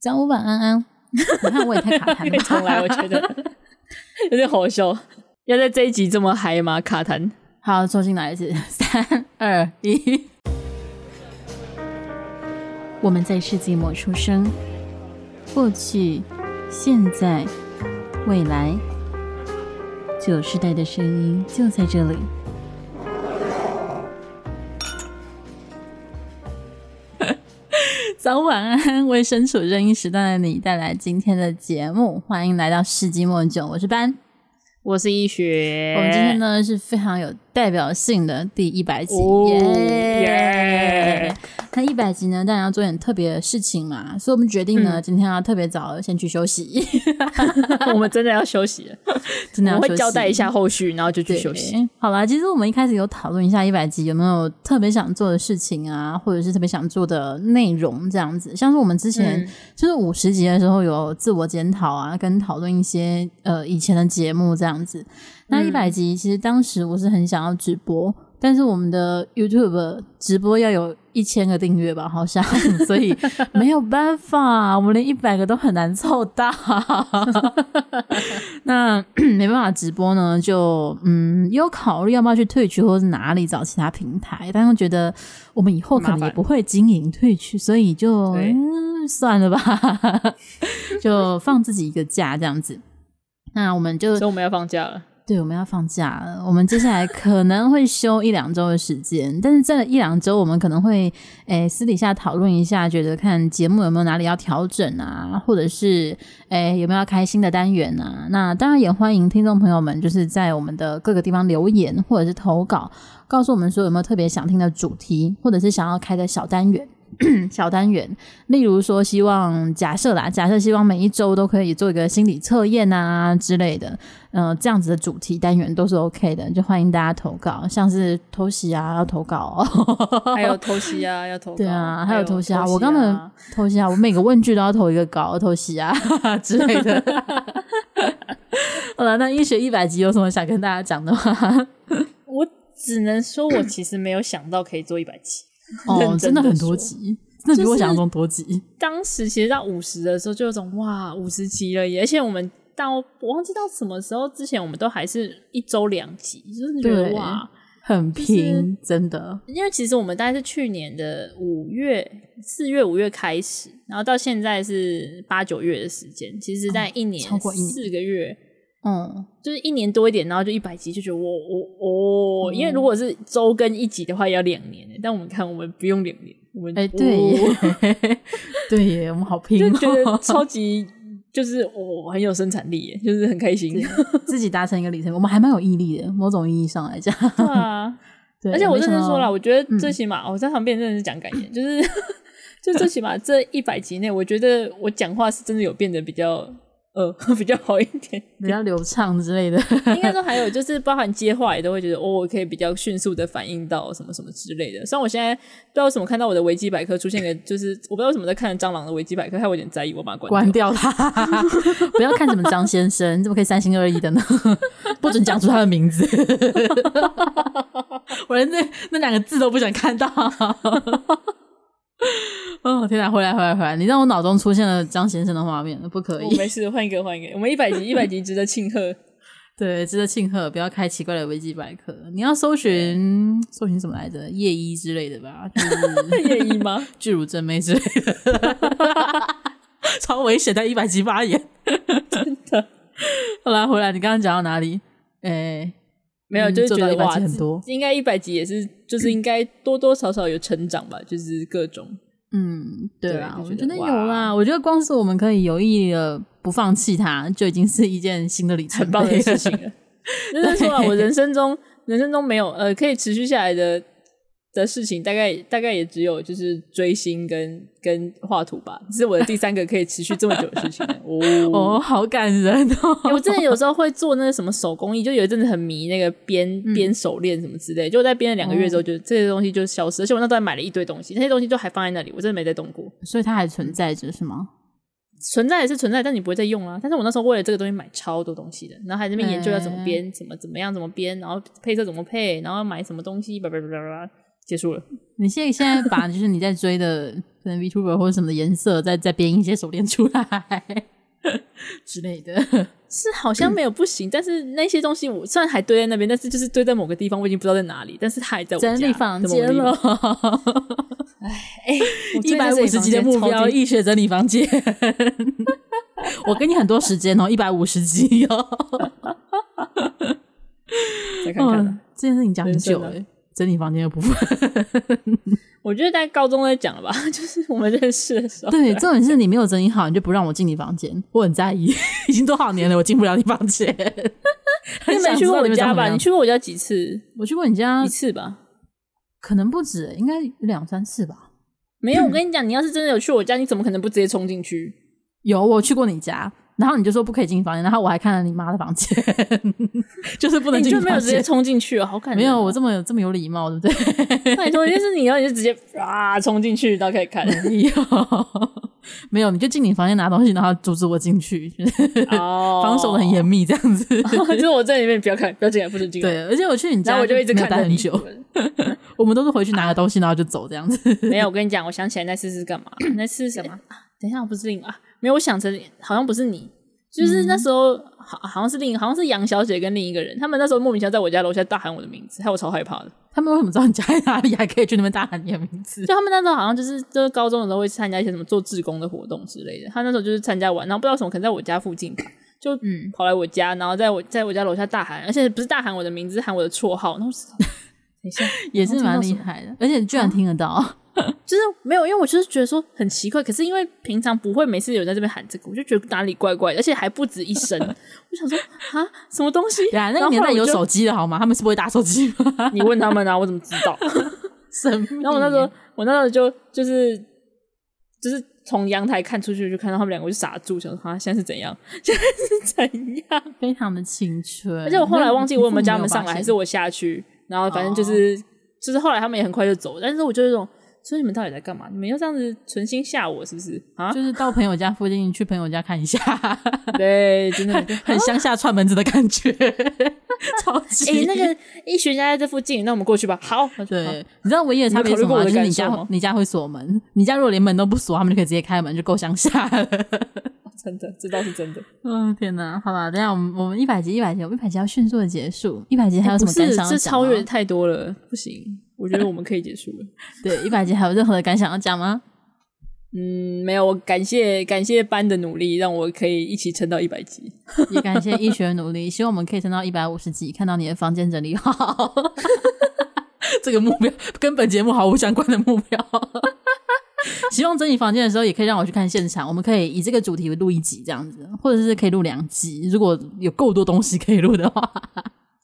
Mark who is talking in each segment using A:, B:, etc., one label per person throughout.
A: 早午晚安安。 你看我也太卡
B: 可
A: 痰
B: 以
A: 了，
B: 重来，我觉得有点好笑。要在这一集这么嗨吗？卡痰。
A: 好，重新来一次， 三二一。我们在世纪末出生，过去、现在、未来，九世代的声音就在这里。 早晚安，为身处任意时段的你带来今天的节目，欢迎来到世纪末九，我是班。
B: 我是医学，
A: 我们今天 呢是非常有代表性的第一百集，
B: 哦
A: 耶
B: 耶！
A: 那一百集呢，当然要做点特别的事情嘛，所以我们决定
B: 嗯
A: 呢，今天要特别早先去休息，
B: 我们真的要休息了，
A: 真的
B: 我
A: 要
B: 们
A: 休息
B: 会交代一下后续，然后就去
A: 对
B: 休息。。嗯
A: 好啦，其实我们一开始有讨论一下一百集有没有特别想做的事情啊，或者是特别想做的内容这样子，像是我们之前、
B: 嗯
A: 就是五十集的时候有自我检讨啊，跟讨论一些呃以前的节目这样子。那一百集其实当时我是很想要直播，但是我们的 YouTube 直播要有一千个订阅吧，好像，所以没有办法，我们连一百个都很难凑到。 那 没办法直播呢，就嗯，也有考虑要不要去退去或是哪里找其他平台，但是觉得我们以后可能
B: 麻
A: 也
B: 烦
A: 不会经营退去，所以就
B: 对
A: 嗯算了吧， 就放自己一个假这样子。那我们就
B: 所以我们要放假了，
A: 对，我们要放假了。我们接下来可能会休一两周的时间，但是这一两周我们可能会诶私底下讨论一下，觉得看节目有没有哪里要调整啊，或者是诶有没有要开新的单元啊。那当然也欢迎听众朋友们就是在我们的各个地方留言或者是投稿，告诉我们说有没有特别想听的主题，或者是想要开的小单元。 小单元，例如说，希望假设啦，假设希望每一周都可以做一个心理测验啊之类的，呃，这样子的主题单元都是 OK 的，就欢迎大家投稿，像是偷袭啊，要投稿、 哦，
B: 还有偷袭啊，要投稿
A: 对啊，还有偷袭啊，
B: 还
A: 我刚才偷袭啊，我每个问句都要投一个稿，偷袭啊 之类的。 好了，那医学一百集有什么想跟大家讲的吗？
B: 我只能说，我其实没有想到可以做一百 集。
A: 哦，
B: 认
A: 真
B: 真
A: 的
B: 地
A: 很多
B: 说
A: 集，真的比我
B: 就是
A: 想象中多集。
B: 当时其实到五十的时候，就有种哇，五十集了耶！而且我们到我忘记到什么时候之前，我们都还是一周两集，就是觉得
A: 对
B: 哇，
A: 很
B: 就是
A: 拼，真的。
B: 因为其实我们大概是去年的五月、四月、五月开始，然后到现在是八九月的时间，其实在一年、
A: 哦超过一年
B: 四个月，
A: 嗯，
B: 就是一年多一点，然后就一百集，就觉得我我哦，因为如果是周更一集的话，也要两年欸耶，但我们看我们不用两年，我们
A: 哎、对
B: 哦
A: 耶，对耶，我们好拼、
B: 就
A: 哦，
B: 觉得超级就是我、很有生产力耶，就是很开 心。
A: 自己达成一个里程碑，我们还蛮有毅力的，某种意义上来讲。
B: 对啊，
A: 对，
B: 而且我
A: 没
B: 认
A: 想
B: 真说
A: 到
B: 了，，我觉得最起码、我在旁边真的是讲感言，就是就最起码这一百集内，我觉得我讲话是真的有变得比较呃 比较好一点。
A: 比较流畅之类的。
B: 应该说还有就是包含接话也都会觉得哦，我可以比较迅速的反应到什么什么之类的。虽然我现在不知道为什么看到我的维基百科出现一个，就是我不知道为什么在看蟑螂的维基百科，害我有点在意，我把它关掉。
A: 关掉它， 不要看什么张先生，你怎么可以三心二意的呢？不准讲出他的名 字，我连那那两个字都不想看到。 哦天哪！回来回来回来！你让我脑中出现了张先生的画面，不可
B: 我
A: 以。
B: 哦没事，换一个，换一个。我们一百集，一百集值得庆 贺。
A: 对，值得庆贺，不要开奇怪的维基百科。你要搜寻搜寻什么来着？夜医之类的吧，就是
B: 叶一 吗？
A: 巨乳正妹之类的，超危险，在一百集发言。
B: 真的
A: 后来回来，你刚刚讲到哪里？诶、
B: 没有，
A: 嗯
B: 就是觉得
A: 做到100
B: 哇，
A: 集很多
B: 应该一百集也是，就是应该多多少少有成长吧，就是各种。
A: 嗯，对
B: 对
A: 啦，
B: 就
A: 我
B: 觉
A: 觉
B: 得
A: 得有
B: 哇
A: 啦。我觉得光是我们可以有意的不放弃它，就已经是一件新的里程
B: 很棒
A: 碑
B: 的事
A: 了
B: 情。了。就是说啊，我人生中人生中没有呃可以持续下来的的事情，大概大概也只有就是追星跟跟画图吧，这是我的第三个可以持续这么久的事情了哦。
A: 哦，好感人
B: 欸
A: 哦！
B: 我真的有时候会做那个什么手工艺，就有一阵子很迷那个编编手链什么之类，就在编了两个月之后，就这些东西就消失，而且我那时候还买了一堆东西，那些东西就还放在那里，我真的没再动过。
A: 所以它还存在着，是吗？
B: 存在也是存在，但你不会再用啊。但是我那时候为了这个东西买超多东西的，然后还在那嗯边研究要怎么编、怎么怎么样、怎么编，然后配色怎么配，然后买什么东西，叭叭叭叭叭，结束了。
A: 你现在现在把就是你在追的可能 Vtuber 或者什么的颜色，再再编一些手链出来 之类的。
B: 是好像没有不行，但是那些东西我虽然还堆在那边，但是就是堆在某个地方，我已经不知道在哪里，但是它还在我家
A: 整理房间。
B: 在某个地方
A: 了，一
B: 一
A: 百
B: 百
A: 五
B: 五
A: 十
B: 十
A: 集
B: 集
A: 的
B: 的
A: 目
B: 目
A: 标，
B: 标
A: 一学整理房间。 我给你很多时间哦，一百五十集哦。
B: 再看看啊、
A: 嗯这件事情讲很久
B: 人生啊
A: 哎，整理房间的部 分。
B: 我觉得在高中在讲了吧， 就是我们认识的时候。
A: 对，重点是你没有整理好，你就不让我进你房间，我很在意。 已经多少年了，我进不了你房间。
B: 你
A: 很
B: 没
A: 想
B: 去
A: 知
B: 过
A: 道
B: 我
A: 们长什
B: 家
A: 么
B: 吧？
A: 样
B: 你去过我家几次？
A: 我去过你家
B: 一，次吧。
A: 可能不止，欸应该两三次吧。
B: 没有，我跟你讲，你要是真的有去我家，你怎么可能不直接冲进去？
A: 有我去过你家，然后你就说不可以进房间，然后我还看了你妈的房间， 就是不能
B: 你
A: 进
B: 就
A: 房间。
B: 没有直接冲进去哦，好感人哦。
A: 没有我这么有这么有礼貌，对不对？
B: 拜托，就是你要你就直接啊冲进去，然后开始看。
A: 没有，哦没有，你就进你房间拿东西，然后阻止我进去，
B: 哦，
A: 防守的 很严。密这样子。
B: 就是我在里面，不要看，不要进来，不准进来。，
A: 对，而且我去你
B: 哦然
A: 家，
B: 后我就一直
A: 没有
B: 看
A: 待
B: 着
A: 很
B: 你。
A: 久。我们都是回去拿个东西，然后就走这样子。
B: 没有，我跟你讲，我想起来那次是干嘛？那次是 什么？啊等一下，我不是另啊，没有，我想成好像不是你，就是那时候
A: 嗯
B: 好好像是另好像是杨小姐跟另一个人，他们那时候莫名其妙在我家楼下大喊我的名字，害我超害怕的。
A: 他们为什么知道你家在哪里，还可以去那边大喊你的名字？
B: 就他们那时候好像就是就是高中的时候会参加一些什么做志工的活动之类的，他那时候就是参加完，然后不知道为什么，可能在我家附近吧，就
A: 嗯
B: 跑来我家，然后在我在我家楼下大喊，而且不是大喊我的名字，是喊我的绰号，然后我就等一下，
A: 也是蛮
B: 然后听到什
A: 厉
B: 么
A: 害的，而且
B: 啊
A: 居然听得到。
B: 就是没有，因为我就是觉得说很奇怪，可是因为平常不会每次有人在这边喊这个，我就觉得哪里怪怪的，而且还不止 一声，我想说啊，什么东西？
A: 对啊，那
B: 然
A: 个
B: 后
A: 年代
B: 后来
A: 有
B: 我就
A: 手机的好吗？他们是不会打手机吗？
B: 你问他们啊，我怎么知道？
A: 神秘。
B: 然后我那时候，我那时候就就是就是从阳台看出去，就看到他们两个，我就傻住，想说啊，现在是怎样？ 现在是怎样？
A: 非常的青春，
B: 而且我后来忘记我有没有叫他们上来，还
A: 你
B: 是
A: 父母有发现哦
B: 我下去。然后反正就是、就是后来他们也很快就走，但是我就有一种，所以你们到底在干嘛？你们又这样子存心吓我是不是啊？
A: 就是到朋友家附近去朋友家看一 下，
B: 对，真的就
A: 很乡下串门子的感觉， 超级。
B: 哎、那个医学家在这附近，那我们过去吧。好，那就好
A: 对，你知道唯一的差别是什么吗？就是你
B: 你们考虑过我的感受
A: 家
B: 吗
A: 你家会锁门，你家如果连门都不锁，他们就可以直接开门，就够乡下了。
B: 真的，这倒是真的。
A: 嗯，天哪！好吧，等一下我们我们一百集一百集，我们一百集要迅速的结束，一百集还有什么
B: 不
A: 感
B: 是，
A: 想要讲吗？
B: 这超越太多了，不行，我觉得我们可以结束了。
A: 对一百集还有任何的感想要讲吗？
B: 嗯，没有，我感谢感谢班的努力，让我可以一起撑到一百集。
A: 也感谢医学的努力，希 望我们可以撑到一百五十集，看到你的房间整理好。 这个目标跟本节目毫无相关的目标。 希望整理房间的时候，也可以让我去看现场。我们可以以这个主题录一集这样子，或者是可以录两集。如果有够多东西可以录的话，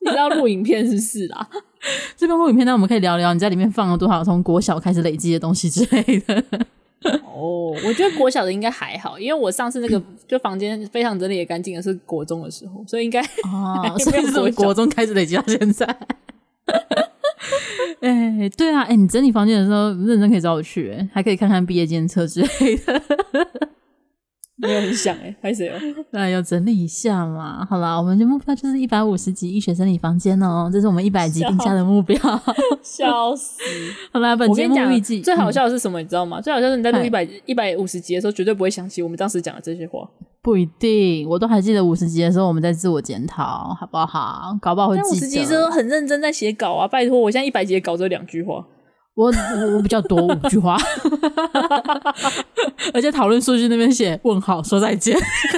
B: 你知道录影片是不是啦？
A: 这边录影片呢，我们可以聊聊你在里面放了多少从国小开始累积的东西之类的。
B: 哦，我觉得国小的应该还好，因为我上次那 个就房间非常整理也干净的是国中的时候，所以应该
A: 哦，
B: 没有
A: 所以是从
B: 国小
A: 国中开始累积到现在。 哎、对啊，哎、你整理房间的时候认真可以找我去、哎还可以看看毕业监测之类的，
B: 没有很想哎、欸，拍 谁哦？
A: 那要整理一下嘛。好啦，我们的目标就是一百五十集医学整理房间哦，这是我们一百集定下的目标。
B: 笑死！
A: 好啦，本
B: 我
A: 节
B: 跟你
A: 目预
B: 讲
A: 计，嗯
B: 最好、笑的是什么，你知道吗？最好笑是你在录
A: 嗨
B: 一百一百五十集的时候，绝对不会想起我们当时讲的这些话。
A: 嗯不一定，我都还记得五十集的时候我们在自我检讨，好不好？搞不好会
B: 但五
A: 记
B: 十集
A: 得。
B: 之后很认真在写稿啊，拜托，我现在一百集的稿只有两句话。
A: 我我我比较多五句话， 而且讨论数据那边写问号说再见，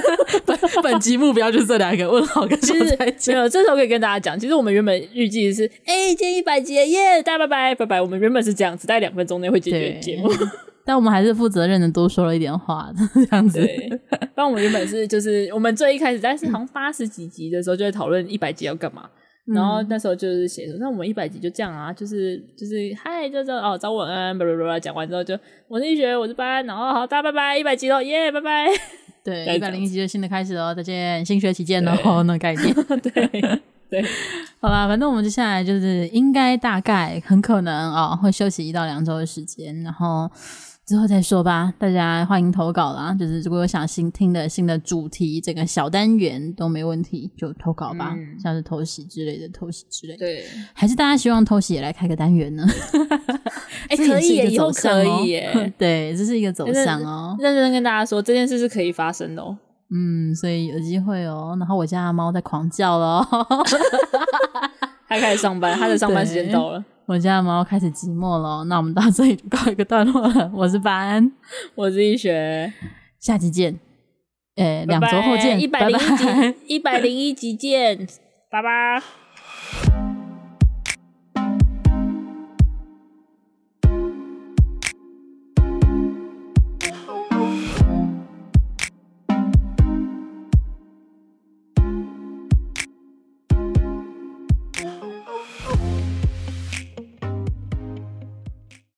A: 本本集目标就是这两个问号跟
B: 其
A: 说
B: 实
A: 再
B: 没
A: 见。
B: 有，这时候可以跟大家讲，其实我们原本预计是，哎、今天一百集了耶，大家拜拜拜拜。我们原本是这样子，大概两分钟内会解决
A: 对
B: 节目。
A: 但我们还是负责任的多说了一点话，这样子。
B: 对，不然我们原本是就是我们最一开始，但是好像八十几集的时候就在讨论一百集要干嘛。
A: 嗯
B: 然后那时候就是写说，那我们一百集就这样啊，就是就是嗨，就是哦，早晚安，巴拉巴拉，讲完之后就我是医学，我是班，然后好，大家拜拜，一百集了，耶，拜拜。
A: 对，
B: 该
A: 一
B: 这
A: 百
B: 样子
A: 零一集就新的开始喽，再见，新学期见喽，那个概念。
B: 对对，
A: 好啦，反正我们接下来就是应该大概很可能啊、哦、会休息一到两周的时间，然后之后再说吧。大家欢迎投稿啦，就是如果有想新听的新的主题，这个小单元都没问题，就投稿吧，
B: 嗯
A: 像是偷袭之类的，偷袭之类的。
B: 对，
A: 还是大家希望偷袭也来开个单元呢？
B: 哎、
A: 这也
B: 可
A: 是
B: 以
A: 一个
B: 耶，以后
A: 走向哦
B: 可以耶。
A: 对，这是一个走向哦。
B: 认真地跟大家说，这件事是可以发生的哦。
A: 嗯，所以有机会哦。然后我家的猫在狂叫了哦，
B: 他开始上班，他的上班时间
A: 对
B: 到了。
A: 我家的猫开始寂寞了哦。那我们到这里就告一个段落了。我是巴安，
B: 我自己学，
A: 下集见。诶，两周后见，
B: 一百零
A: 拜拜
B: 一集，一百零一集见，拜拜。